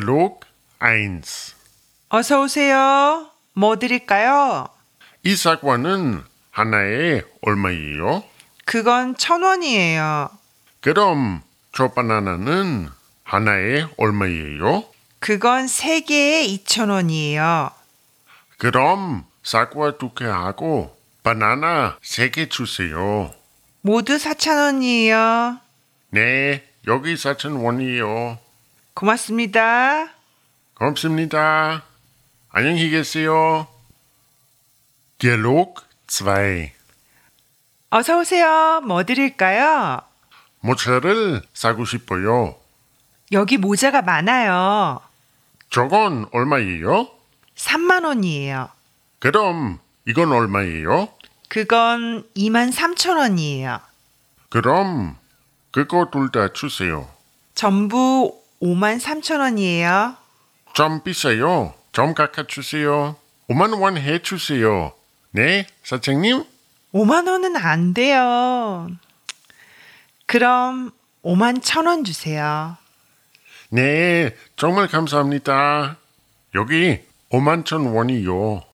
Dialog 1. 어서 오세요. 뭐 드릴까요? 이 사과는 하나에 얼마예요? 그건 천 원이에요. 그럼 저 바나나는 하나에 얼마예요? 그건 세 개에 이천 원이에요. 그럼 사과 두 개하고 바나나 세 개 주세요. 모두 사천 원이에요. 네, 여기 4천 원이요. 고맙습니다. 고맙습니다. 안녕히 계세요. Dialog 2. 어서 오세요. 뭐 드릴까요? 모차를 사고 싶어요. 여기 모자가 많아요. 저건 얼마예요? 3만 원이에요. 그럼 이건 얼마예요? 그건 2만 3천 원이에요. 그럼 그거 둘 다 주세요. 전부 5만 3천 원이에요. 좀 비싸요. 좀 깎아주세요. 5만 원 해주세요. 네, 사장님? 5만 원은 안 돼요. 그럼 5만 천 원 주세요. 네, 정말 감사합니다. 여기 5만 천 원이요.